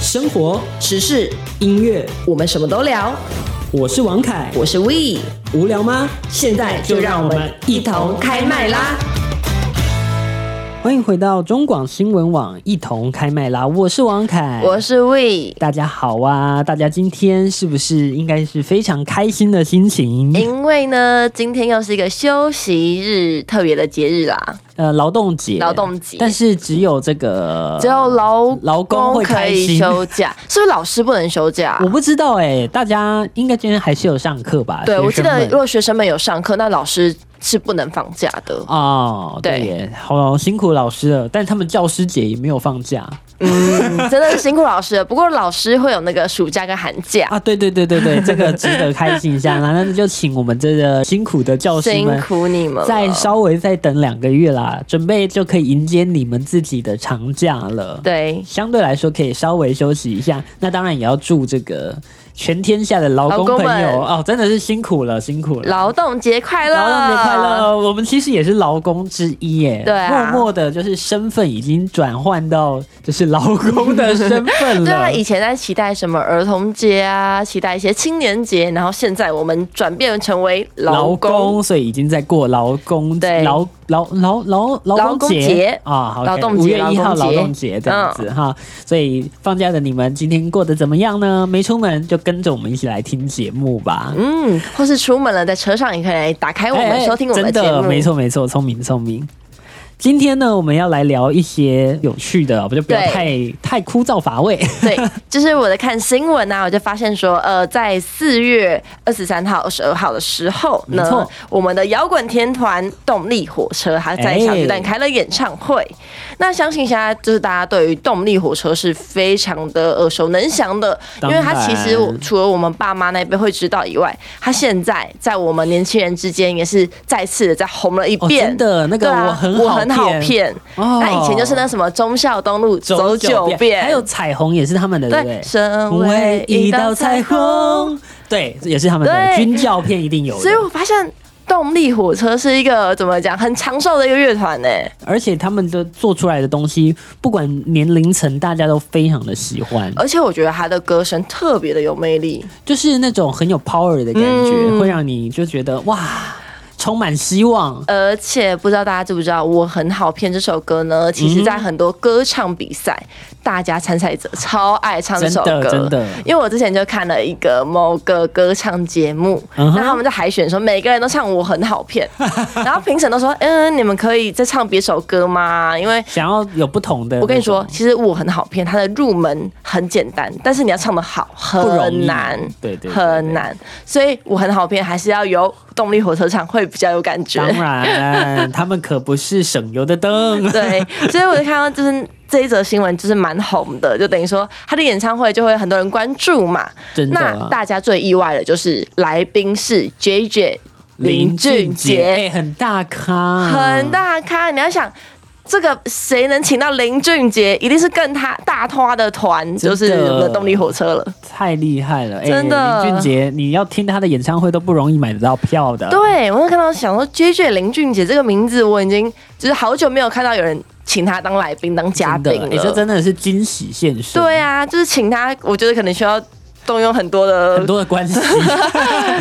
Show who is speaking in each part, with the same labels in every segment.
Speaker 1: 生活、
Speaker 2: 时事，
Speaker 1: 音乐，
Speaker 2: 我们什么都聊。
Speaker 1: 我是王凯。
Speaker 2: 我是 We，
Speaker 1: 无聊吗？
Speaker 2: 现在就让我们一同开麦啦！
Speaker 1: 欢迎回到中广新闻网，一同开麦啦！我是王凯，
Speaker 2: 我是 We，
Speaker 1: 大家好啊！大家今天是不是应该是非常开心的心情？
Speaker 2: 因为呢，今天又是一个休息日，特别的节日啦，
Speaker 1: 呃，劳动节，
Speaker 2: 劳动节
Speaker 1: 但是只有这个，
Speaker 2: 只有劳
Speaker 1: 劳工会
Speaker 2: 可
Speaker 1: 开
Speaker 2: 以
Speaker 1: 心
Speaker 2: 休假，是不是老师不能休假？
Speaker 1: 我不知道哎、大家应该今天还是有上课吧？
Speaker 2: 对，
Speaker 1: 学
Speaker 2: 我记
Speaker 1: 生
Speaker 2: 得
Speaker 1: 们
Speaker 2: 如果学生们有上课，那老师是不能放假的。
Speaker 1: 哦，对
Speaker 2: 对
Speaker 1: 耶，好辛苦老师了，但他们教师节也没有放假
Speaker 2: 嗯， 真的是辛苦老师了。不过老师会有那个暑假跟寒假，
Speaker 1: 啊！对对对对对，这个值得开心一下。那那就请我们这个辛苦的教师
Speaker 2: 辛
Speaker 1: 们。
Speaker 2: 苦你们了。
Speaker 1: 再稍微再等两个月啦，准备就可以迎接你们自己的长假了。，
Speaker 2: 对
Speaker 1: 相对来说可以稍微休息一下。那当然也要祝这个全天下的劳
Speaker 2: 劳
Speaker 1: 工
Speaker 2: 工
Speaker 1: 朋
Speaker 2: 们
Speaker 1: 友哦，真的是辛苦了，辛苦了。
Speaker 2: 劳动节快乐，
Speaker 1: 劳动节快！乐！我们其实也是劳工之一耶，
Speaker 2: 对啊
Speaker 1: 默默的就是身份已经转换到就是劳工的身份
Speaker 2: 对啊，
Speaker 1: 了。
Speaker 2: 以前在期待什么儿童节啊，期待一些青年节，然后现在我们转变成为劳
Speaker 1: 劳
Speaker 2: 工，
Speaker 1: 工，所以已经在过劳工
Speaker 2: 对
Speaker 1: 劳劳劳劳劳
Speaker 2: 劳
Speaker 1: 工
Speaker 2: 工
Speaker 1: 节
Speaker 2: 节
Speaker 1: 啊，好，
Speaker 2: 劳动
Speaker 1: 五
Speaker 2: 节
Speaker 1: 月一号
Speaker 2: 劳
Speaker 1: 劳
Speaker 2: 动节
Speaker 1: 动节这样
Speaker 2: 嗯
Speaker 1: 子哈。所以放假的你们今天过得怎么样呢？没出门就跟着我们一起来听节目吧。
Speaker 2: 嗯，或是出门了，在车上也可以来打开我
Speaker 1: 哎
Speaker 2: 们
Speaker 1: 哎
Speaker 2: 收听我们
Speaker 1: 真
Speaker 2: 节
Speaker 1: 的
Speaker 2: 目，
Speaker 1: 没，错没错，聪明聪明。今天呢，我们要来聊一些有趣的，我就不要太太枯燥乏味。
Speaker 2: 对，就是我在看新闻啊，我就发现说，呃，在四月二十三号、二十二号的时候
Speaker 1: 没
Speaker 2: 呢
Speaker 1: 错，
Speaker 2: 我们的摇滚天团动力火车还在
Speaker 1: 哎
Speaker 2: 小巨蛋开了演唱会。那相信现在就是大家对于动力火车是非常的耳熟能详的，因
Speaker 1: 当然
Speaker 2: 为它其实我除了我们爸妈那辈会知道以外，它现在在我们年轻人之间也是再次的再红了一
Speaker 1: 哦
Speaker 2: 遍。
Speaker 1: 真的那个
Speaker 2: 对啊
Speaker 1: 我很好
Speaker 2: 我很好
Speaker 1: 骗
Speaker 2: 骗。
Speaker 1: 哦
Speaker 2: 那以前就是那什么忠孝东路 走九遍，
Speaker 1: 还有彩虹也是他们的，对不
Speaker 2: 对，
Speaker 1: 对？
Speaker 2: 身为一道彩虹。，
Speaker 1: 对，这也是他们的
Speaker 2: 对
Speaker 1: 军教片一定有
Speaker 2: 所
Speaker 1: 的
Speaker 2: 以，我发现动力火车是一个怎么讲很长寿的一个乐团呢？
Speaker 1: 而且他们的做出来的东西，不管年龄层，大家都非常的喜欢，
Speaker 2: 而且我觉得他的歌声特别的有魅力，
Speaker 1: 就是那种很有 power 的感觉，
Speaker 2: 嗯
Speaker 1: 会让你就觉得哇，充满希望。
Speaker 2: 而且不知道大家知不知道，《我很好骗》这首歌呢，其实在很多歌唱比赛，大家参赛者超爱唱这首
Speaker 1: 真
Speaker 2: 歌，
Speaker 1: 的真的
Speaker 2: 因为我之前就看了一个某个歌唱节目，
Speaker 1: 嗯哼
Speaker 2: 那他们在海选的时候，每个人都唱《我很好骗》，然后评审都说：“嗯，你们可以再唱别首歌吗？”因为
Speaker 1: 想要有不同的，
Speaker 2: 我跟你说，，其实我很好骗，它的入门很简单，但是你要唱的好
Speaker 1: 不容易
Speaker 2: 很难，
Speaker 1: 对对对
Speaker 2: 很难。所以我很好骗，还是要由动力火车唱会比较有感觉
Speaker 1: 当。 然，他们可不是省油的灯。
Speaker 2: 对，所以我就看到就是这一则新闻就是蛮红的，就等于说他的演唱会就会很多人关注嘛。
Speaker 1: 真的啊
Speaker 2: 那大家最意外的就是来宾是 J J 林俊
Speaker 1: 哎、
Speaker 2: 杰，
Speaker 1: 很大
Speaker 2: 嗯
Speaker 1: 咖，
Speaker 2: 很大咖。你要想。这个谁能请到林俊杰，一定是更他大他的团，就是我们的动力火车了。
Speaker 1: 太厉害了！哎
Speaker 2: 真的
Speaker 1: 林俊杰，你要听他的演唱会都不容易买得到票的。
Speaker 2: 对，我就看到想说 J J 林俊杰这个名字，我已经就是好久没有看到有人请他当来宾、当嘉
Speaker 1: 真的，
Speaker 2: 宾
Speaker 1: 哎、
Speaker 2: 了。
Speaker 1: 这真的是惊喜现身。
Speaker 2: 对啊，就是请他，我觉得可能需要动用很多 的，
Speaker 1: 很多的关系，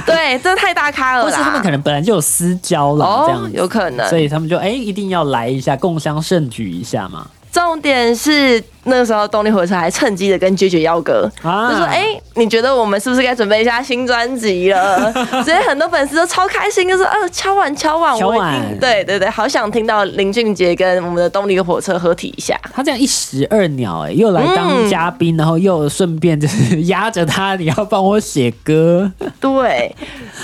Speaker 2: 对，真的太大咖了
Speaker 1: 或
Speaker 2: 啦。
Speaker 1: 是他们可能本来就有私交了，这样
Speaker 2: 哦，
Speaker 1: 子
Speaker 2: 有可能
Speaker 1: 所。以他们就哎、一定要来一下，共襄盛举一下嘛。
Speaker 2: 重点是那个时候动力火车还趁机的跟 J J 邀歌。
Speaker 1: 啊
Speaker 2: 就说：“哎、你觉得我们是不是该准备一下新专 辑了？”所以很多粉丝都超开心，就说：“呃，敲碗敲碗，
Speaker 1: 敲
Speaker 2: 我一
Speaker 1: 碗
Speaker 2: 定对对对，好想听到林俊杰跟我们的动力火车合体 一下。”
Speaker 1: 他这样一石二鸟、哎，又来当嘉宾，然后又顺便就是压着他，你要帮我写歌，
Speaker 2: 对，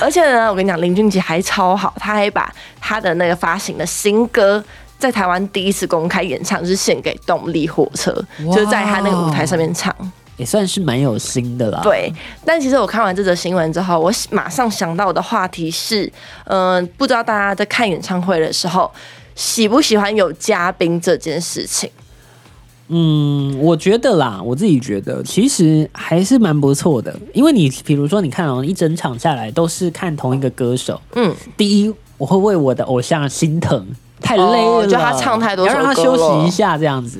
Speaker 2: 而且呢，我跟你讲，林俊杰还超好，他还把他的那个发行的新歌。在台湾第一次公开演唱是献给动力火车，
Speaker 1: 哇
Speaker 2: 就是在他那个舞台上面唱。
Speaker 1: 也算是蛮有心的啦。，
Speaker 2: 对，但其实我看完这则新闻之后，我马上想到的话题是，嗯、不知道大家在看演唱会的时候喜不喜欢有嘉宾这件事情。
Speaker 1: 嗯，我觉得啦，我自己觉得其实还是蛮不错的，因为你比如说，你看哦，一整场下来都是看同一个歌手，
Speaker 2: 嗯，
Speaker 1: 第一，我会为我的偶像心疼，太累了，
Speaker 2: 哦就他唱太多
Speaker 1: 要让他
Speaker 2: 首
Speaker 1: 休
Speaker 2: 歌了
Speaker 1: 息一下这样子。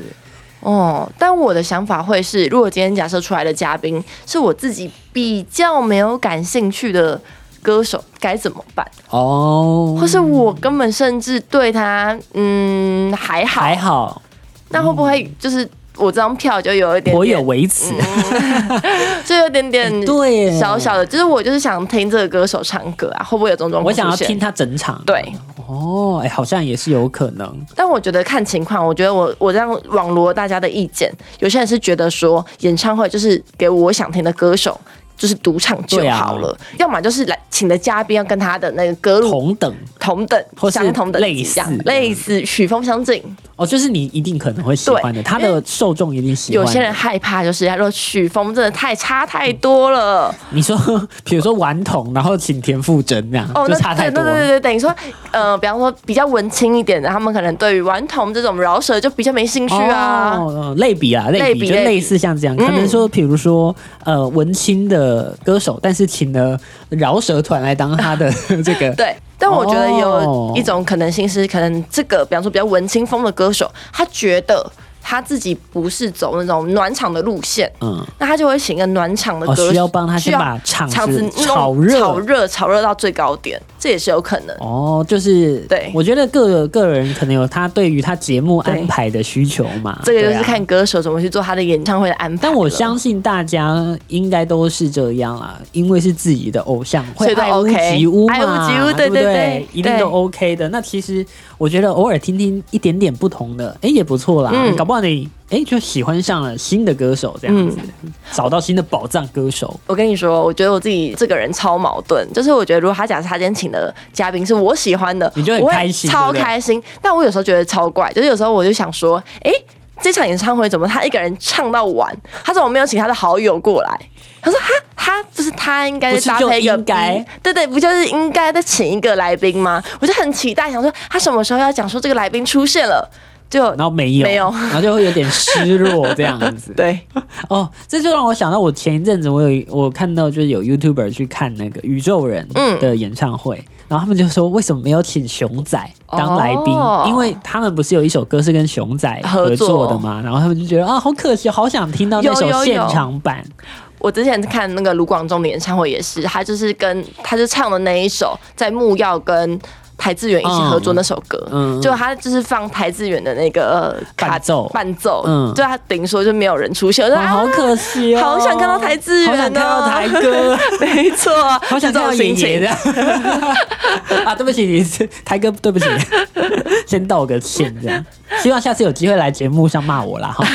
Speaker 2: 哦，但我的想法会是，如果今天假设出来的嘉宾是我自己比较没有感兴趣的歌手，该怎么办？
Speaker 1: 哦，
Speaker 2: 或是我根本甚至对他，嗯，还好，
Speaker 1: 还好，
Speaker 2: 那会不会就是我这张票就有一点嗯
Speaker 1: 颇有
Speaker 2: 点，
Speaker 1: 微词。
Speaker 2: 就有点点
Speaker 1: 哎对耶
Speaker 2: 小小的，就是我就是想听这个歌手唱歌啊，会不会有种种
Speaker 1: 我想要
Speaker 2: 出现
Speaker 1: 听他整场。
Speaker 2: 对，
Speaker 1: 哦，哎、好像也是有可能。
Speaker 2: 但我觉得看情况，我觉得我我这样网罗大家的意见，有些人是觉得说演唱会就是给我想听的歌手。就是独唱就
Speaker 1: 对啊
Speaker 2: 好了，要么就是来请的嘉宾要跟他的那个歌路
Speaker 1: 同等
Speaker 2: 同等，
Speaker 1: 或是
Speaker 2: 相同等级
Speaker 1: 类似
Speaker 2: 这样类似曲风相近。
Speaker 1: 哦，就是你一定可能会喜欢的，
Speaker 2: 对
Speaker 1: 他的受众一定喜
Speaker 2: 有
Speaker 1: 欢。
Speaker 2: 些人，害怕，就是他说曲风真的太差太多了，
Speaker 1: 你说， 比如说顽童，然后请田馥甄这样，
Speaker 2: 哦，
Speaker 1: 啊就
Speaker 2: 那
Speaker 1: 差太多。
Speaker 2: 对对对对，等于说，呃，比方说比较文青一点的，他们可能对于顽童这种饶舌就比较没兴趣啊。
Speaker 1: 哦，类比啊，类
Speaker 2: 类
Speaker 1: 比
Speaker 2: 比嗯
Speaker 1: 就
Speaker 2: 类比
Speaker 1: 类似像这样，可能说，比如说，呃，文青的歌手，但是请了饶舌团来当他的 这个，
Speaker 2: 对，但我觉得
Speaker 1: 哦
Speaker 2: 有一种可能性是，可能这个，比方说比较文青风的歌手，他觉得他自己不是走那种暖场的路线，
Speaker 1: 嗯，
Speaker 2: 那他就会请一个暖场的
Speaker 1: 哦，
Speaker 2: 歌手，
Speaker 1: 需要帮他
Speaker 2: 需
Speaker 1: 先
Speaker 2: 要
Speaker 1: 把场
Speaker 2: 场子
Speaker 1: 子炒
Speaker 2: 弄炒
Speaker 1: 热。
Speaker 2: 热、炒热到最高点，这也是有可能。
Speaker 1: 哦，就是
Speaker 2: 对
Speaker 1: 我觉得各个人可能有他对于他节目
Speaker 2: 对
Speaker 1: 安排的需求嘛，
Speaker 2: 这个就
Speaker 1: 对
Speaker 2: 是
Speaker 1: 啊
Speaker 2: 看歌手怎么去做他的演唱会的安排了。
Speaker 1: 但我相信大家应该都是这样啦，因为是自己的偶像，会
Speaker 2: 所以都
Speaker 1: 爱屋
Speaker 2: OK
Speaker 1: 及乌嘛，
Speaker 2: 爱屋及乌
Speaker 1: 对
Speaker 2: 对
Speaker 1: 不
Speaker 2: 对对
Speaker 1: 一定都 OK 的。那其实我觉得偶尔听听一点点不同的，哎、也不错啦。
Speaker 2: 嗯
Speaker 1: 搞不好你哎、诶就喜欢上了新的歌手，这样子、
Speaker 2: 嗯
Speaker 1: 找到新的宝藏歌手。
Speaker 2: 我跟你说，我觉得我自己这个人超矛盾，就是我觉得如果他假设他今天请的嘉宾是我喜欢的，
Speaker 1: 你就很
Speaker 2: 我会
Speaker 1: 开心
Speaker 2: 超
Speaker 1: 对不对
Speaker 2: 开心。但我有时候觉得超怪，就是有时候我就想说，诶，这场演唱会怎么他一个人唱到完？他怎么没有请他的好友过来？他说哈，他就是他应该
Speaker 1: 不是
Speaker 2: 搭配一个
Speaker 1: 就应该
Speaker 2: B 对对，不就是应该再请一个来宾吗？我就很期待，想说他什么时候要讲说这个来宾出现了，就
Speaker 1: 然后没有，
Speaker 2: 没有。
Speaker 1: 然后就会有点失落这样子
Speaker 2: 对，
Speaker 1: 哦，这就让我想到，我前一阵子我有一我看到就是有 YouTuber 去看那个宇宙人
Speaker 2: 嗯
Speaker 1: 的演唱会，然后他们就说为什么没有请熊仔当来宾？
Speaker 2: 哦
Speaker 1: 因为他们不是有一首歌是跟熊仔合
Speaker 2: 合作
Speaker 1: 作的嘛，然后他们就觉得啊好可惜，好想听到那首
Speaker 2: 有有有
Speaker 1: 现场版。
Speaker 2: 我之前看那个卢广仲的演唱会也是，他就是跟他就唱的那一首，在木曜跟台志远一起合作那首歌，
Speaker 1: 嗯嗯
Speaker 2: 就他就是放台志远的那个呃
Speaker 1: 伴奏
Speaker 2: 伴奏，
Speaker 1: 嗯
Speaker 2: 就他等于说就没有人出现，我就
Speaker 1: 哇， 好
Speaker 2: 啊
Speaker 1: 可惜哦！
Speaker 2: 好想看到台志
Speaker 1: 好
Speaker 2: 远、哦，
Speaker 1: 想看到台 哥，
Speaker 2: 没错，
Speaker 1: 好想看
Speaker 2: 这种
Speaker 1: 到爷
Speaker 2: 心
Speaker 1: 爷
Speaker 2: 情
Speaker 1: 的。。 啊，对不起，你是台哥，对不起， 先道个歉这样。希望下次有机会来节目上骂我啦哈。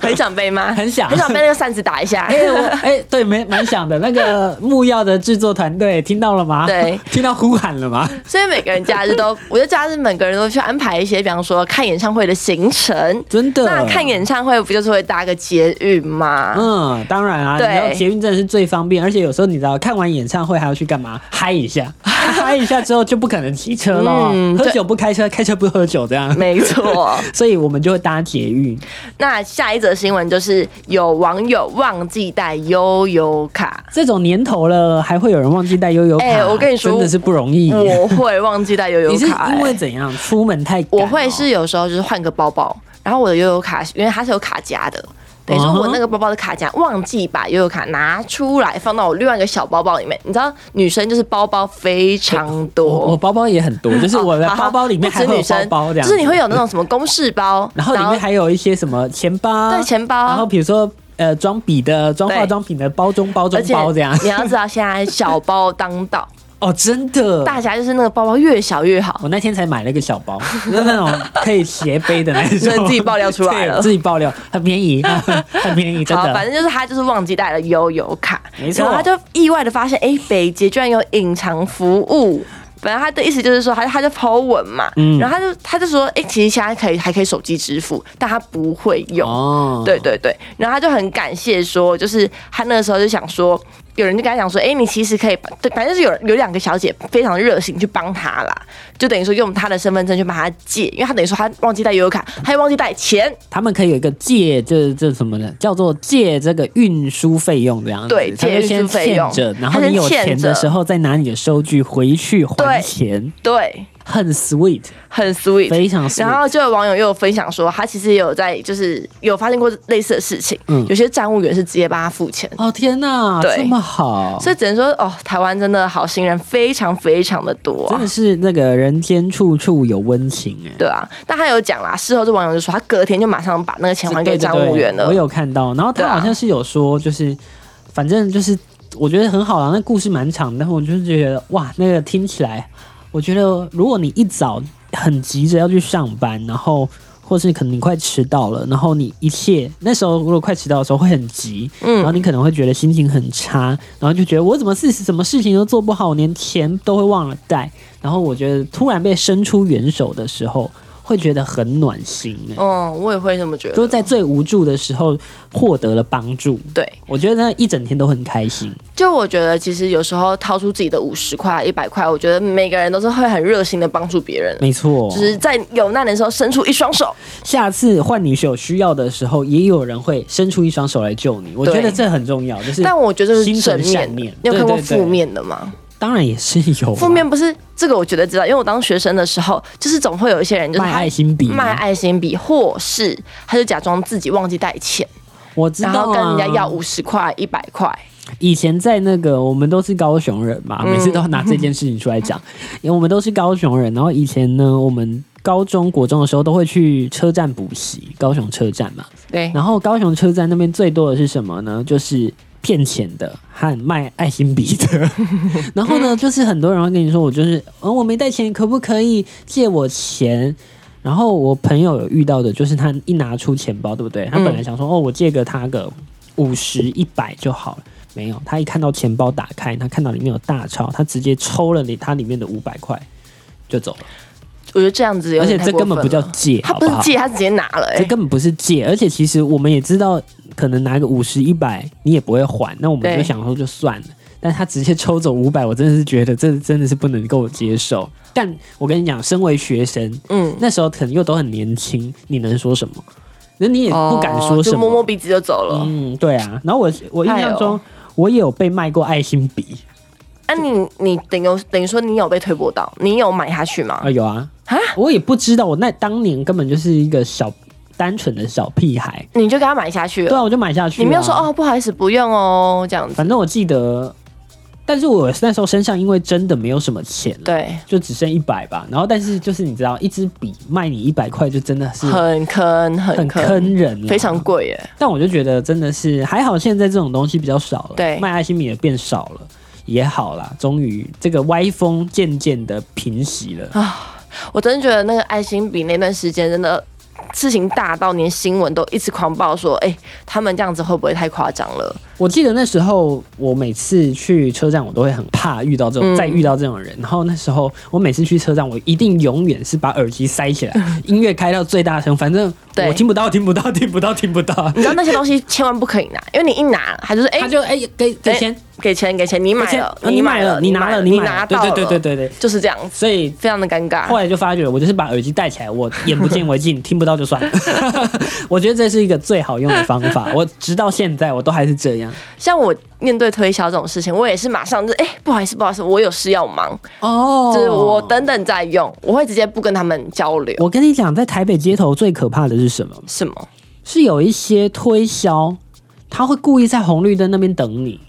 Speaker 2: 很想被骂，
Speaker 1: 很想
Speaker 2: 很想被那个扇子打一下。
Speaker 1: 哎、我哎、对，没蛮想的。那个木曜的制作团队听到了吗？
Speaker 2: 对，
Speaker 1: 听到呼喊了吗？
Speaker 2: 所以每个人假日都，我觉得假日每个人都去安排一些，比方说看演唱会的行程。
Speaker 1: 真的。
Speaker 2: 那看演唱会不就是会搭个捷运吗？
Speaker 1: 嗯，当然啊，你
Speaker 2: 对
Speaker 1: 知道捷运真的是最方便，而且有时候你知道看完演唱会还要去干嘛？嗨一下， 嗨一下之后就不可能骑车了、
Speaker 2: 嗯
Speaker 1: 喝
Speaker 2: 对
Speaker 1: 酒不开车，开车不喝酒这样。
Speaker 2: 没 错。
Speaker 1: 所以我们就会搭捷运，
Speaker 2: 那下一则新闻就是有网友忘记带悠游 卡。
Speaker 1: 这种年头了，还会有人忘记带悠游卡？
Speaker 2: 哎我跟你说
Speaker 1: 真的是不容易。
Speaker 2: 我会忘记带悠游
Speaker 1: 你是
Speaker 2: 卡、
Speaker 1: 因为
Speaker 2: 欸
Speaker 1: 怎样出门太赶哦、
Speaker 2: 我会是有时候就是换个包包，然后我的悠游卡因为它是有卡夹的，等于说
Speaker 1: 嗯哼
Speaker 2: 我那个包包的卡夹忘记把悠游卡拿出来放到我另外一个小包包里面。你知道女生就是包包非常
Speaker 1: 我我
Speaker 2: 多。啊
Speaker 1: 包包也很多，哦就是我的
Speaker 2: 好好
Speaker 1: 包包里面
Speaker 2: 不
Speaker 1: 还
Speaker 2: 止
Speaker 1: 会有
Speaker 2: 女
Speaker 1: 包
Speaker 2: 生，
Speaker 1: 包这
Speaker 2: 就
Speaker 1: 样，
Speaker 2: 是你会有那种什么公事包，
Speaker 1: 然后里面还有一些什么钱包，
Speaker 2: 对钱包，
Speaker 1: 然后比如说呃装笔的、装
Speaker 2: 对
Speaker 1: 化妆品的包中包中
Speaker 2: 而且
Speaker 1: 包这样。
Speaker 2: 你要知道，现在小包当 道，
Speaker 1: 哦，真的，
Speaker 2: 大家就是那个包包越小越好。
Speaker 1: 我那天才买了一个小包，就是那种可以斜背的那种，
Speaker 2: 所以自己爆料出来了
Speaker 1: 对自己爆料很便宜， 很便宜，真
Speaker 2: 好，反
Speaker 1: 的。
Speaker 2: 正就是他就是忘记带了悠游卡，
Speaker 1: 没错
Speaker 2: 然后他就意外的发现，哎、北捷居然有隐藏服务。反正他的意思就是说，他他就 Po 文嘛，
Speaker 1: 嗯
Speaker 2: 然后他就他就说，哎、其实现在可以还可以手机支付，但他不会用。
Speaker 1: 哦，
Speaker 2: 对对对，然后他就很感谢说，就是他那个时候就想说，有人就跟他讲说，哎，你其实可以把，对，反正就是有有两个小姐非常热心去帮他啦，就等于说用他的身份证去帮他借，因为他等于说他忘记带悠游卡，他又忘记带钱，
Speaker 1: 他们可以有一个借，这这什么呢？叫做借这个运输费用这样子，
Speaker 2: 对
Speaker 1: 他就
Speaker 2: 借运
Speaker 1: 先
Speaker 2: 输费
Speaker 1: 欠
Speaker 2: 用
Speaker 1: 着，然后
Speaker 2: 他先
Speaker 1: 你有
Speaker 2: 欠
Speaker 1: 钱的
Speaker 2: 着
Speaker 1: 时候再拿你的收据回去还
Speaker 2: 对
Speaker 1: 钱。
Speaker 2: 对，
Speaker 1: 很 sweet，
Speaker 2: 很 sweet，
Speaker 1: 非常 sweet。
Speaker 2: 然后就有网友也有分享说，他其实也有在就是有发生过类似的事情，
Speaker 1: 嗯
Speaker 2: 有些站务员是直接帮他付钱，
Speaker 1: 哦天哪，
Speaker 2: 对
Speaker 1: 这么好，
Speaker 2: 所以只能说哦，台湾真的好心人非常非常的多、
Speaker 1: 真
Speaker 2: 啊
Speaker 1: 的。是那个人间处处有温情哎。
Speaker 2: 对啊，但他有讲啦，事后这网友就说他隔天就马上把那个钱还给
Speaker 1: 对对
Speaker 2: 站
Speaker 1: 对
Speaker 2: 务员了。
Speaker 1: 我有看到，然后
Speaker 2: 对
Speaker 1: 他
Speaker 2: 啊
Speaker 1: 好像是有说，就是、反正就是我觉得很好啦，那故事蛮长，但我就是觉得哇，那个听起来，我觉得如果你一早很急着要去上班，然后。或是可能你快迟到了，然后你一切那时候如果快迟到的时候会很急，
Speaker 2: 嗯
Speaker 1: 然后你可能会觉得心情很差，然后就觉得我怎么事什么事情都做不好，我连钱都会忘了带，然后我觉得突然被伸出援手的时候，会觉得很暖心、欸。
Speaker 2: 嗯，我也会这么觉
Speaker 1: 都
Speaker 2: 得。
Speaker 1: 在最无助的时候获得了帮助。
Speaker 2: 对，
Speaker 1: 我觉得那一整天都很开心，
Speaker 2: 就我觉得其实有时候掏出自己的五十块、一百块，我觉得每个人都是会很热心的帮助别人，
Speaker 1: 没错。
Speaker 2: 就是在有难的时候伸出一双手。
Speaker 1: 下次换你有需要的时候，也有人会伸出一双手来救你。我觉得这很重要，就是
Speaker 2: 但我觉得这是
Speaker 1: 心
Speaker 2: 正
Speaker 1: 存
Speaker 2: 面
Speaker 1: 善
Speaker 2: 的，
Speaker 1: 念
Speaker 2: 你有看过
Speaker 1: 对对对
Speaker 2: 负面的吗？
Speaker 1: 当然也是有啊
Speaker 2: 负面不是这个，我觉得知道，因为我当学生的时候，就是总会有一些人就是
Speaker 1: 卖
Speaker 2: 他
Speaker 1: 爱心笔吗，啊
Speaker 2: 卖爱心笔，或是他就假装自己忘记带钱，
Speaker 1: 我知道、
Speaker 2: 然
Speaker 1: 啊、
Speaker 2: 后跟人家要五十块、一百块。
Speaker 1: 以前在那个，我们都是高雄人嘛，
Speaker 2: 嗯
Speaker 1: 每次都要拿这件事情出来讲，因为我们都是高雄人。然后以前呢，我们高中国中的时候都会去车站补习，高雄车站嘛。
Speaker 2: 对，
Speaker 1: 然后高雄车站那边最多的是什么呢？就是骗钱的和卖爱心笔 的。然后呢，就是很多人会跟你说，我就是，嗯，我没带钱，可不可以借我钱？然后我朋友有遇到的，就是他一拿出钱包，对不
Speaker 2: 嗯
Speaker 1: 对？他本来想说，哦，我借个他个五十、一百就好了。没有，他一看到钱包打开，他看到里面有大钞，他直接抽了你他里面的五百块就走了，
Speaker 2: 我觉得这样子有
Speaker 1: 而且
Speaker 2: 点太
Speaker 1: 这
Speaker 2: 过分
Speaker 1: 根
Speaker 2: 了，
Speaker 1: 本不叫借，
Speaker 2: 他
Speaker 1: 好
Speaker 2: 不
Speaker 1: 不
Speaker 2: 是
Speaker 1: 好？
Speaker 2: 借，他直接拿了、
Speaker 1: 这
Speaker 2: 欸。
Speaker 1: 根本不是借，而且其实我们也知道，可能拿个五十、一百，你也不会还，那我们
Speaker 2: 对
Speaker 1: 就想说就算了。但他直接抽走五百，我真的是觉得这真的是不能够接受。但我跟你讲，身为学生，
Speaker 2: 嗯，
Speaker 1: 那时候可能又都很年轻，你能说什么？那你也不敢说
Speaker 2: 哦
Speaker 1: 什
Speaker 2: 就
Speaker 1: 么。
Speaker 2: 摸摸鼻子就走了。
Speaker 1: 嗯，对啊。然后我我印象中，
Speaker 2: 哎呦
Speaker 1: 我也有被卖过爱心笔
Speaker 2: 那、啊你你等于等于说你有被推波到，你有买下去吗？
Speaker 1: 啊，有啊。
Speaker 2: 啊，
Speaker 1: 我也不知道，我那当年根本就是一个小单纯的小屁孩。
Speaker 2: 你就给他买下去
Speaker 1: 对
Speaker 2: 了，
Speaker 1: 啊，我就买下去、啊。
Speaker 2: 你没有说哦，不好意思，不用哦，这样子。
Speaker 1: 反正我记得，但是我那时候身上因为真的没有什么钱了，
Speaker 2: 对，
Speaker 1: 就只剩一百吧。然后，但是就是你知道，一支笔卖你一百块，就真的是
Speaker 2: 很坑，
Speaker 1: 很
Speaker 2: 很坑，
Speaker 1: 坑人啊啦
Speaker 2: 非常。贵耶。
Speaker 1: 但我就觉得真的是还好，现在这种东西比较少了，
Speaker 2: 对
Speaker 1: 卖爱心笔也变少了。也好啦，终于这个歪风渐渐的平息了。
Speaker 2: 我真的觉得那个爱心笔那段时间真的事情大到连新闻都一直狂报说，哎、他们这样子会不会太夸张了？
Speaker 1: 我记得那时候，我每次去车站，我都会很怕遇到这种、
Speaker 2: 嗯
Speaker 1: 再遇到这种人。然后那时候，我每次去车站，我一定永远是把耳机塞起来，音乐开到最大声，反正
Speaker 2: 对
Speaker 1: 我听不到，听不到，听不到，听不到
Speaker 2: 你。知道那些东西千万不可以拿，因为你一拿，他就是哎、
Speaker 1: 他就哎、给给钱，
Speaker 2: 给钱给钱，哎你买
Speaker 1: 给钱
Speaker 2: 了，，
Speaker 1: 呃你买了，你拿了，你买
Speaker 2: 拿
Speaker 1: 了，
Speaker 2: 到
Speaker 1: 对
Speaker 2: 了，
Speaker 1: 对对对对对。
Speaker 2: 就是这样子，
Speaker 1: 所以
Speaker 2: 非常的尴尬
Speaker 1: 后。来就发觉，我就是把耳机戴起来，我眼不见为净，听不到就算了。我觉得这是一个最好用的方法。我直到现在，我都还是这样。
Speaker 2: 像我面对推销这种事情，我也是马上就哎、不好意思不好意思，我有事要忙，
Speaker 1: 哦
Speaker 2: 就是我等等再用，我会直接不跟他们交流。
Speaker 1: 我跟你讲，在台北街头最可怕的是什么？
Speaker 2: 什么？
Speaker 1: 是有一些推销，他会故意在红绿灯那边等你，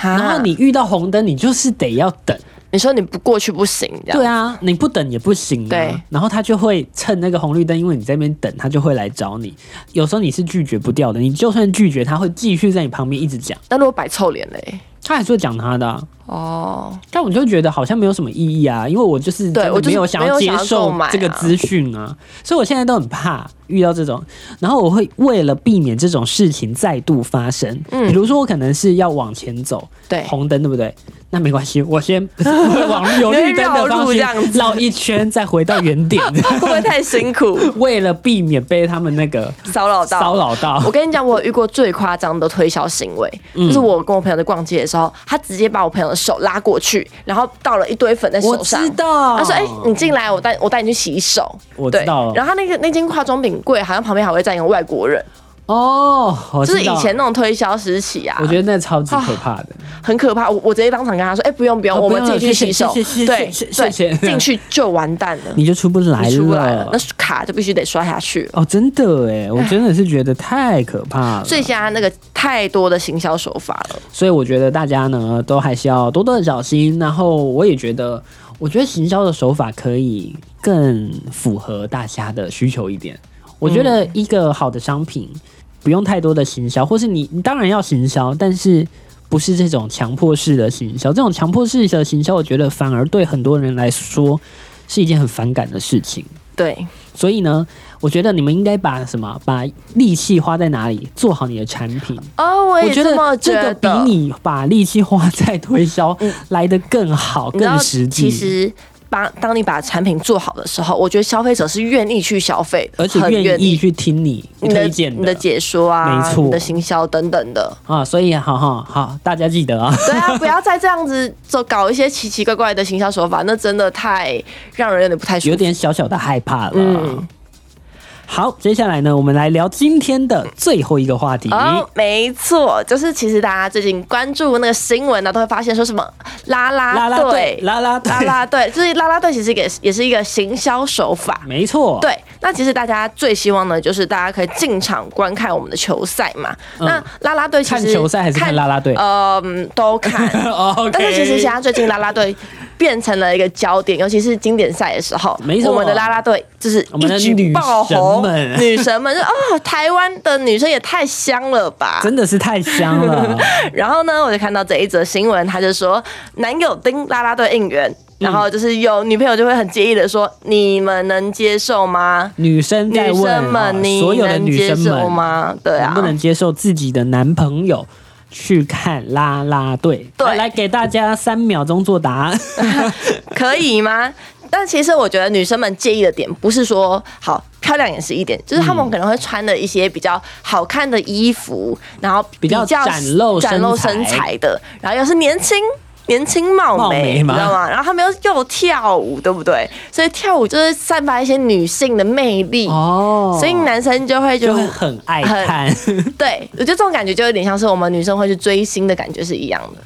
Speaker 2: 然
Speaker 1: 然后你遇到红灯，你就是得要等。
Speaker 2: 你说你不过去不行，这样
Speaker 1: 对啊，你不等也不行啊。
Speaker 2: 对，
Speaker 1: 然后他就会趁那个红绿灯，因为你在那边等，他就会来找你。有时候你是拒绝不掉的，你就算拒绝，他会继续在你旁边一直讲，
Speaker 2: 那如果摆臭脸嘞？
Speaker 1: 他还是会讲他的啊、
Speaker 2: 哦，
Speaker 1: 但我就觉得好像没有什么意义啊，因为我就是
Speaker 2: 对
Speaker 1: 真
Speaker 2: 我
Speaker 1: 的
Speaker 2: 就是
Speaker 1: 没有想要
Speaker 2: 没有
Speaker 1: 接
Speaker 2: 想要购
Speaker 1: 受
Speaker 2: 买啊
Speaker 1: 这个资讯啊，所以我现在都很怕遇到这种，然后我会为了避免这种事情再度发生，
Speaker 2: 嗯
Speaker 1: 比如说我可能是要往前走，
Speaker 2: 对
Speaker 1: 红灯对不对？那没关系，我先 往有绿灯的
Speaker 2: 绕
Speaker 1: 方
Speaker 2: 路这样
Speaker 1: 向
Speaker 2: 子
Speaker 1: 绕一圈，再回到原点，
Speaker 2: 会不会太辛苦
Speaker 1: 为了避免被他们那个
Speaker 2: 骚扰到？
Speaker 1: 骚扰
Speaker 2: 我
Speaker 1: 到。
Speaker 2: 跟你讲，我有遇过最夸张的推销行为，
Speaker 1: 嗯
Speaker 2: 就是我跟我朋友在逛街的时候，他直接把我朋友的手拉过去，然后倒了一堆粉在
Speaker 1: 我
Speaker 2: 手
Speaker 1: 知
Speaker 2: 上。
Speaker 1: 道，
Speaker 2: 他说：“哎、你进来，我带我带你去洗手。”
Speaker 1: 我
Speaker 2: 对
Speaker 1: 知道，
Speaker 2: 然后他那个那间化妆品柜好像旁边还会站一个外国人，
Speaker 1: 哦，我
Speaker 2: 就是
Speaker 1: 知
Speaker 2: 以
Speaker 1: 道
Speaker 2: 前那种推销时期啊，
Speaker 1: 我觉得那超级可怕的。
Speaker 2: 很可怕。我我直接当场跟他说：“哎、不用不用，
Speaker 1: 哦
Speaker 2: 我
Speaker 1: 不
Speaker 2: 们
Speaker 1: 用
Speaker 2: 自己去
Speaker 1: 谢谢
Speaker 2: 洗手。
Speaker 1: 谢谢
Speaker 2: 对
Speaker 1: 谢谢谢
Speaker 2: 对，
Speaker 1: 谢
Speaker 2: 进去就完蛋了，
Speaker 1: 你就出不来
Speaker 2: 你出不来
Speaker 1: 了
Speaker 2: 了，那卡就必须得刷下去了。
Speaker 1: 哦，真的哎，我真的是觉得太可怕了。
Speaker 2: 所以现在那个太多的行销手法了，
Speaker 1: 所以我觉得大家呢都还是要多多的小心。然后我也觉得，我觉得行销的手法可以更符合大家的需求一点。我觉
Speaker 2: 嗯
Speaker 1: 得一个好的商品不用太多的行销，或是你你当然要行销，但是不是这种强迫式的行销。这种强迫式的行销，我觉得反而对很多人来说是一件很反感的事情。
Speaker 2: 对，
Speaker 1: 所以呢，我觉得你们应该把什么把力气花在哪里，做好你的产品。
Speaker 2: 哦，我
Speaker 1: 我
Speaker 2: 也
Speaker 1: 觉
Speaker 2: 这么
Speaker 1: 得
Speaker 2: 觉
Speaker 1: 这
Speaker 2: 得。
Speaker 1: 个比你把力气花在推销
Speaker 2: 嗯
Speaker 1: 来的更好、
Speaker 2: 你知道
Speaker 1: 更实际。
Speaker 2: 其实把当你把产品做好的时候，我觉得消费者是愿意去消费的，
Speaker 1: 而且
Speaker 2: 很
Speaker 1: 愿意
Speaker 2: 意
Speaker 1: 去听你
Speaker 2: 你的
Speaker 1: 推荐
Speaker 2: 你的解说啊，
Speaker 1: 没错
Speaker 2: 你的行销等等的。
Speaker 1: 啊，所以好好好，大家记得啊。
Speaker 2: 对啊，不要再这样子走搞一些奇奇怪怪的行销手法，那真的太让人有点不太舒服。
Speaker 1: 有点小小的害怕了。
Speaker 2: 嗯
Speaker 1: 好，接下来呢，我们来聊今天的最后一个话题。
Speaker 2: 哦，没错，就是其实大家最近关注那个新闻呢，都会发现说什么啦
Speaker 1: 啦
Speaker 2: 啦
Speaker 1: 啦队
Speaker 2: 队，、
Speaker 1: 啦啦队
Speaker 2: 啦，啦队，就是啦啦队其实也是也是一个行销手法。
Speaker 1: 没错。
Speaker 2: 对，那其实大家最希望呢，就是大家可以进场观看我们的球赛嘛。
Speaker 1: 嗯
Speaker 2: 那啦啦队其
Speaker 1: 看
Speaker 2: 实
Speaker 1: 球赛还是看啦啦队？
Speaker 2: 呃，嗯都看。
Speaker 1: 哦，OK
Speaker 2: 但是其实现在最近啦啦队变成了一个焦点，尤其是经典赛的时候，
Speaker 1: 没错
Speaker 2: 我们的啦啦队就是
Speaker 1: 我们的
Speaker 2: 一举
Speaker 1: 女
Speaker 2: 爆红
Speaker 1: 神，们
Speaker 2: 女神们就啊、台湾的女生也太香了吧！
Speaker 1: 真的是太香了。
Speaker 2: 然后呢，我就看到这一则新闻，他就说男友盯啦啦队应援，
Speaker 1: 嗯
Speaker 2: 然后就是有女朋友就会很介意的说：“你们能接受吗？”
Speaker 1: 女生在
Speaker 2: 女
Speaker 1: 问
Speaker 2: 生
Speaker 1: 啊
Speaker 2: 们，你
Speaker 1: 所有的
Speaker 2: 能
Speaker 1: 女
Speaker 2: 接
Speaker 1: 生
Speaker 2: 受
Speaker 1: 们
Speaker 2: 吗？对啊
Speaker 1: 能，不能接受自己的男朋友去看啦啦队？
Speaker 2: 对
Speaker 1: 来来给大家三秒钟作答。
Speaker 2: 可以吗？但其实我觉得女生们介意的点不是说好漂亮也是一点，就是她们可能会穿的一些比较好看的衣服，然后
Speaker 1: 比较展露
Speaker 2: 展露身
Speaker 1: 身材
Speaker 2: 材的，然后又是年轻。年轻貌
Speaker 1: 貌
Speaker 2: 美，
Speaker 1: 美
Speaker 2: 你知
Speaker 1: 吗
Speaker 2: 道吗？然后她们又又跳舞，对不对？所以跳舞就是散发一些女性的魅力，
Speaker 1: 哦，
Speaker 2: 所以男生就会就
Speaker 1: 就会很爱看。
Speaker 2: 对，我觉得这种感觉就有点像是我们女生会去追星的感觉是一样的，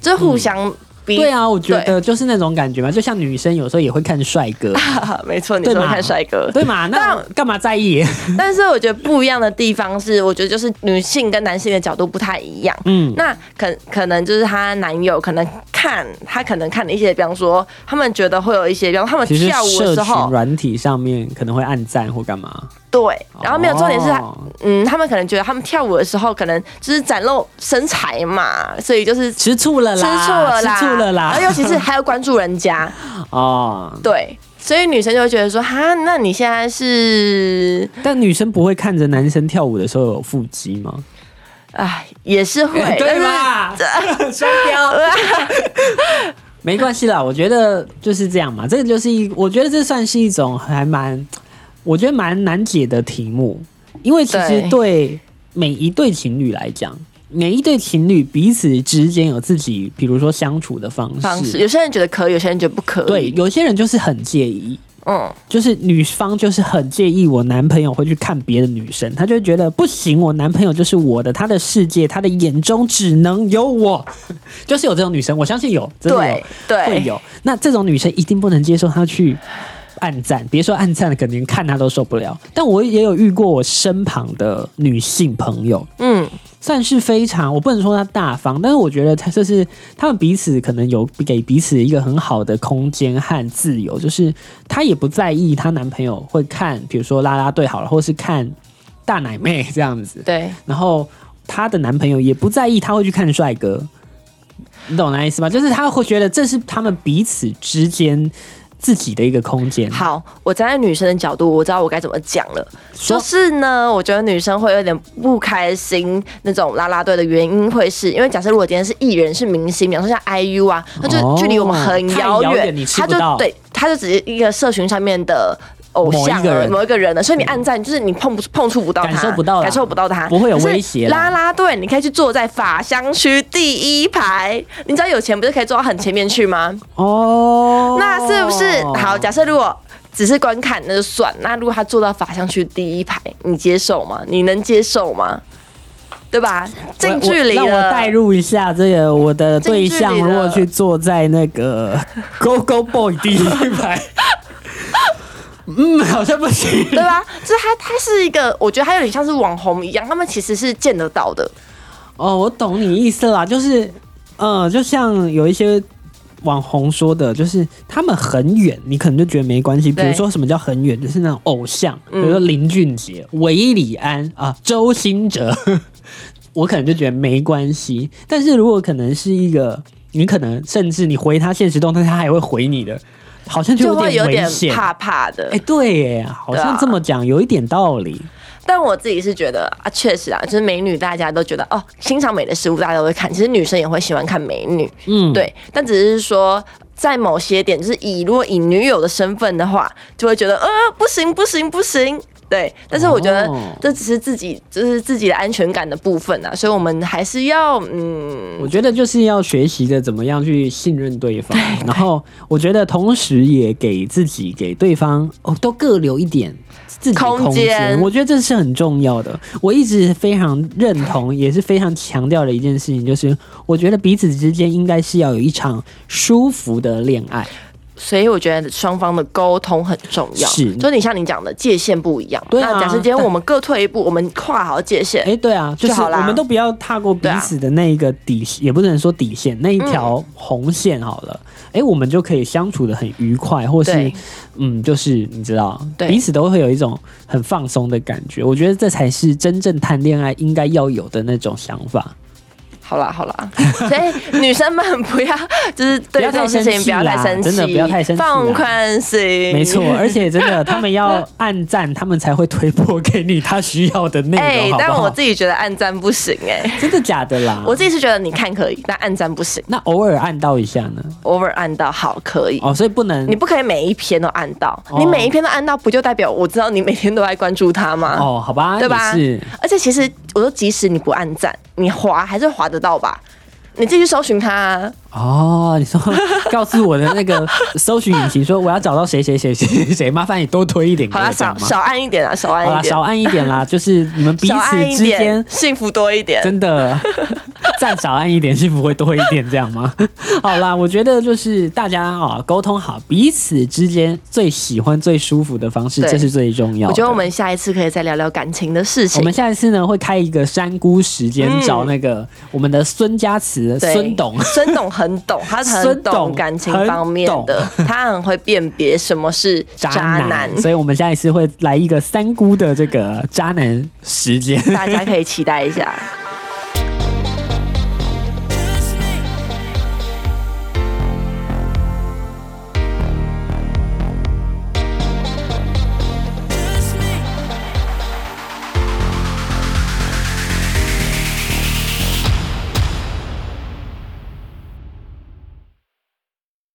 Speaker 2: 就是互相比。
Speaker 1: 对啊，我觉得就是那种感觉嘛，就像女生有时候也会看帅 哥，
Speaker 2: 对， 没错，你
Speaker 1: 对
Speaker 2: 说
Speaker 1: 嘛
Speaker 2: 看帅哥。
Speaker 1: 对嘛？那
Speaker 2: 但
Speaker 1: 干嘛在 意？
Speaker 2: 但是我觉得不一样的地方是，我觉得就是女性跟男性的角度不太一样。
Speaker 1: 嗯，
Speaker 2: 那可可能就是她男友可能看她可能看的一些，比方说他们觉得会有一些，比方说他们
Speaker 1: 其实
Speaker 2: 跳舞的
Speaker 1: 社
Speaker 2: 时
Speaker 1: 群
Speaker 2: 候，
Speaker 1: 软体上面可能会暗赞或干嘛。
Speaker 2: 对，然后没有重点是她
Speaker 1: 哦
Speaker 2: 嗯，他们可能觉得他们跳舞的时候可能就是展露身材嘛，所以就是吃
Speaker 1: 吃醋了
Speaker 2: 醋
Speaker 1: 啦，
Speaker 2: 了啦，
Speaker 1: 吃醋了啦哎
Speaker 2: 然后。尤其是还要关注人家，
Speaker 1: 哦，
Speaker 2: 对，所以女生就会觉得说，哈，那你现在是，
Speaker 1: 但女生不会看着男生跳舞的时候有腹肌吗？
Speaker 2: 哎，也是会，但
Speaker 1: 对
Speaker 2: 是
Speaker 1: 吧？
Speaker 2: 双标，
Speaker 1: 没关系啦， 我觉得就是这样嘛，这个就是一，我觉得这算是一种还蛮，我觉得蛮难解的题目，因为其实
Speaker 2: 对
Speaker 1: 对每一对情侣来讲，每一对情侣彼此之间有自己，比如说相处的方式，
Speaker 2: 方式，有些人觉得可以，有些人觉得不可以，
Speaker 1: 对，，有些人就是很介意。
Speaker 2: 嗯，
Speaker 1: 就是女方就是很介意我男朋友会去看别的女生，她就会觉得不行，我男朋友就是我的，他的世界，他的眼中只能有我， 就是有这种女生，我相信有，真的有
Speaker 2: 对，对，
Speaker 1: 会有。那这种女生一定不能接受她去暗赞，别说暗赞了，可能连看她都受不了。但我也有遇过我身旁的女性朋友，
Speaker 2: 嗯，
Speaker 1: 算是非常，我不能说她大方，但是我觉得她就是他们彼此可能有给彼此一个很好的空间和自由，就是她也不在意她男朋友会看，比如说啦啦队好了，或是看大奶妹这样子，
Speaker 2: 对，
Speaker 1: 然后她的男朋友也不在意她会去看帅哥，你懂我那意思吗？就是她会觉得这是他们彼此之间自己的一个空间。
Speaker 2: 好，我站在女生的角度，我知道我该怎么讲了。
Speaker 1: 说
Speaker 2: 就是呢，我觉得女生会有点不开心那种啦啦队的原因，会是因为假设如果今天是艺人、是明星，比方说像 IU 啊，那就
Speaker 1: 哦
Speaker 2: 距离我们很遥
Speaker 1: 太遥
Speaker 2: 远
Speaker 1: 远你，吃
Speaker 2: 他
Speaker 1: 不
Speaker 2: 就
Speaker 1: 到
Speaker 2: 对，他就只是一个社群上面的。偶
Speaker 1: 某一
Speaker 2: 像
Speaker 1: 个
Speaker 2: 而
Speaker 1: 人
Speaker 2: 某一个人的，啊所以你暗赞就是你碰不碰触不到他，
Speaker 1: 感受不到啦
Speaker 2: 感受不到他，
Speaker 1: 不会有威胁
Speaker 2: 可是
Speaker 1: 啦
Speaker 2: 啦啦队，你可以去坐在法香区第一排，你知道有钱不是可以坐到很前面去吗？
Speaker 1: 哦，
Speaker 2: 那是不是好？假设如果只是观看那就算。那如果他坐到法相区第一排，你接受吗？你能接受吗？对吧？近距离
Speaker 1: 我我让我
Speaker 2: 的，
Speaker 1: 代入一下这个我的对象，
Speaker 2: 近距离
Speaker 1: 如
Speaker 2: 了
Speaker 1: 果去坐在那 个 Go Go Boy 第一排，嗯，好像不行。
Speaker 2: 对吧？就是他，他是一个，我觉得他有点像是网红一样，他们其实是见得到的。
Speaker 1: 哦，我懂你意思啦，就是，呃，就像有一些网红说的，就是他们很远，你可能就觉得没关系。比
Speaker 2: 对
Speaker 1: 如说什么叫很远，就是那种偶像，比
Speaker 2: 嗯
Speaker 1: 如说林俊杰、韦礼安啊、周兴哲， 我可能就觉得没关系。但是如果可能是一个，你可能甚至你回他现实动态，他还会回你的，好像
Speaker 2: 就
Speaker 1: 有
Speaker 2: 会有
Speaker 1: 危
Speaker 2: 点
Speaker 1: 险。
Speaker 2: 怕怕的。
Speaker 1: 哎、对耶，好
Speaker 2: 对
Speaker 1: 像
Speaker 2: 啊
Speaker 1: 这么讲有一点道理。
Speaker 2: 但我自己是觉得啊，确实啊，就是美女，大家都觉得哦，欣赏美的食物大家都会看，其实女生也会喜欢看美女，
Speaker 1: 嗯，
Speaker 2: 对。但只是说，在某些点，就是以如果以女友的身份的话，就会觉得呃，不行不行不行，对。但是我觉得
Speaker 1: 哦
Speaker 2: 这只是自己，就是自己的安全感的部分啊，所以我们还是要嗯，
Speaker 1: 我觉得就是要学习着怎么样去信任对方，然后我觉得同时也给自己、给对方哦都各留一点自己的
Speaker 2: 空
Speaker 1: 空间，
Speaker 2: 间
Speaker 1: 我觉得这是很重要的。我一直非常认同，也是非常强调的一件事情，就是我觉得彼此之间应该是要有一场舒服的恋爱。
Speaker 2: 所以我觉得双方的沟通很重要。
Speaker 1: 是
Speaker 2: 就你像你讲的界限不一样。
Speaker 1: 对啊
Speaker 2: 那假设今天
Speaker 1: 但
Speaker 2: 我们各退一步，我们跨好界限，
Speaker 1: 哎、对啊，就是
Speaker 2: 就好啦嗯
Speaker 1: 我们都不要踏过彼此的那一个底，也不能说底线，那一条红线好了。哎、我们就可以相处的很愉快，或是
Speaker 2: 对
Speaker 1: 嗯，就是你知道，
Speaker 2: 对
Speaker 1: 彼此都会有一种很放松的感觉。我觉得这才是真正谈恋爱应该要有的那种想法。
Speaker 2: 好啦好啦， 所以女生们不要 就是
Speaker 1: 不
Speaker 2: 对
Speaker 1: 要
Speaker 2: 这
Speaker 1: 太
Speaker 2: 种事情
Speaker 1: 生气
Speaker 2: 不
Speaker 1: 啦
Speaker 2: 要太生气，
Speaker 1: 真的不要太生气啦
Speaker 2: 放宽心，
Speaker 1: 没 错，而且真的，他们要按赞，他们才会推播给你他需要的内容，好不
Speaker 2: 哎、
Speaker 1: 嗯
Speaker 2: 但
Speaker 1: 好？
Speaker 2: 我自己觉得暗赞不行哎、
Speaker 1: 真的假的啦？
Speaker 2: 我自己是觉得你看可以，但暗赞不行
Speaker 1: 那偶尔按到一下呢？
Speaker 2: ，over 按到好可以。
Speaker 1: 哦，所以不能
Speaker 2: 你不可以每一篇都按到，
Speaker 1: 哦
Speaker 2: 你每一篇都按到，不就代表我知道你每天都在关注他吗？
Speaker 1: 哦，好吧，
Speaker 2: 对吧
Speaker 1: 也是
Speaker 2: 而且其实我说，即使你不按赞，你划还是划得到吧？你自己去搜寻他、啊，
Speaker 1: 哦，你说告诉我的那个 搜寻引擎说我要找到谁谁谁谁谁谁，麻烦你多推一点给
Speaker 2: 好
Speaker 1: 我
Speaker 2: 啦，
Speaker 1: 这样
Speaker 2: 少
Speaker 1: 吗，
Speaker 2: 少按一点啊，少按
Speaker 1: 好
Speaker 2: 一
Speaker 1: 啦，
Speaker 2: 点
Speaker 1: 少，按一点啦， 就是你们彼
Speaker 2: 少
Speaker 1: 此
Speaker 2: 按一
Speaker 1: 之间
Speaker 2: 点，幸福多一点。
Speaker 1: 真的 赞少按一点，幸福会多一点，这样吗？ 好啦，我觉得就是大家啊、沟通好，彼此之间最喜欢、最舒服的方式，
Speaker 2: 对
Speaker 1: 这是最重要的。
Speaker 2: 我觉得我们下一次可以再聊聊感情的事
Speaker 1: 我
Speaker 2: 情
Speaker 1: 们。下一次呢会开一个山姑时间，
Speaker 2: 嗯
Speaker 1: 找那个我们的孙家慈、
Speaker 2: 对
Speaker 1: 孙董。
Speaker 2: 孙董很懂，他
Speaker 1: 孙
Speaker 2: 很
Speaker 1: 董
Speaker 2: 懂感情方面的，他很会辨别什么是渣
Speaker 1: 男，
Speaker 2: 男，
Speaker 1: 所以我们下一次会来一个三姑的这个渣男时间。
Speaker 2: 大家可以期待一下。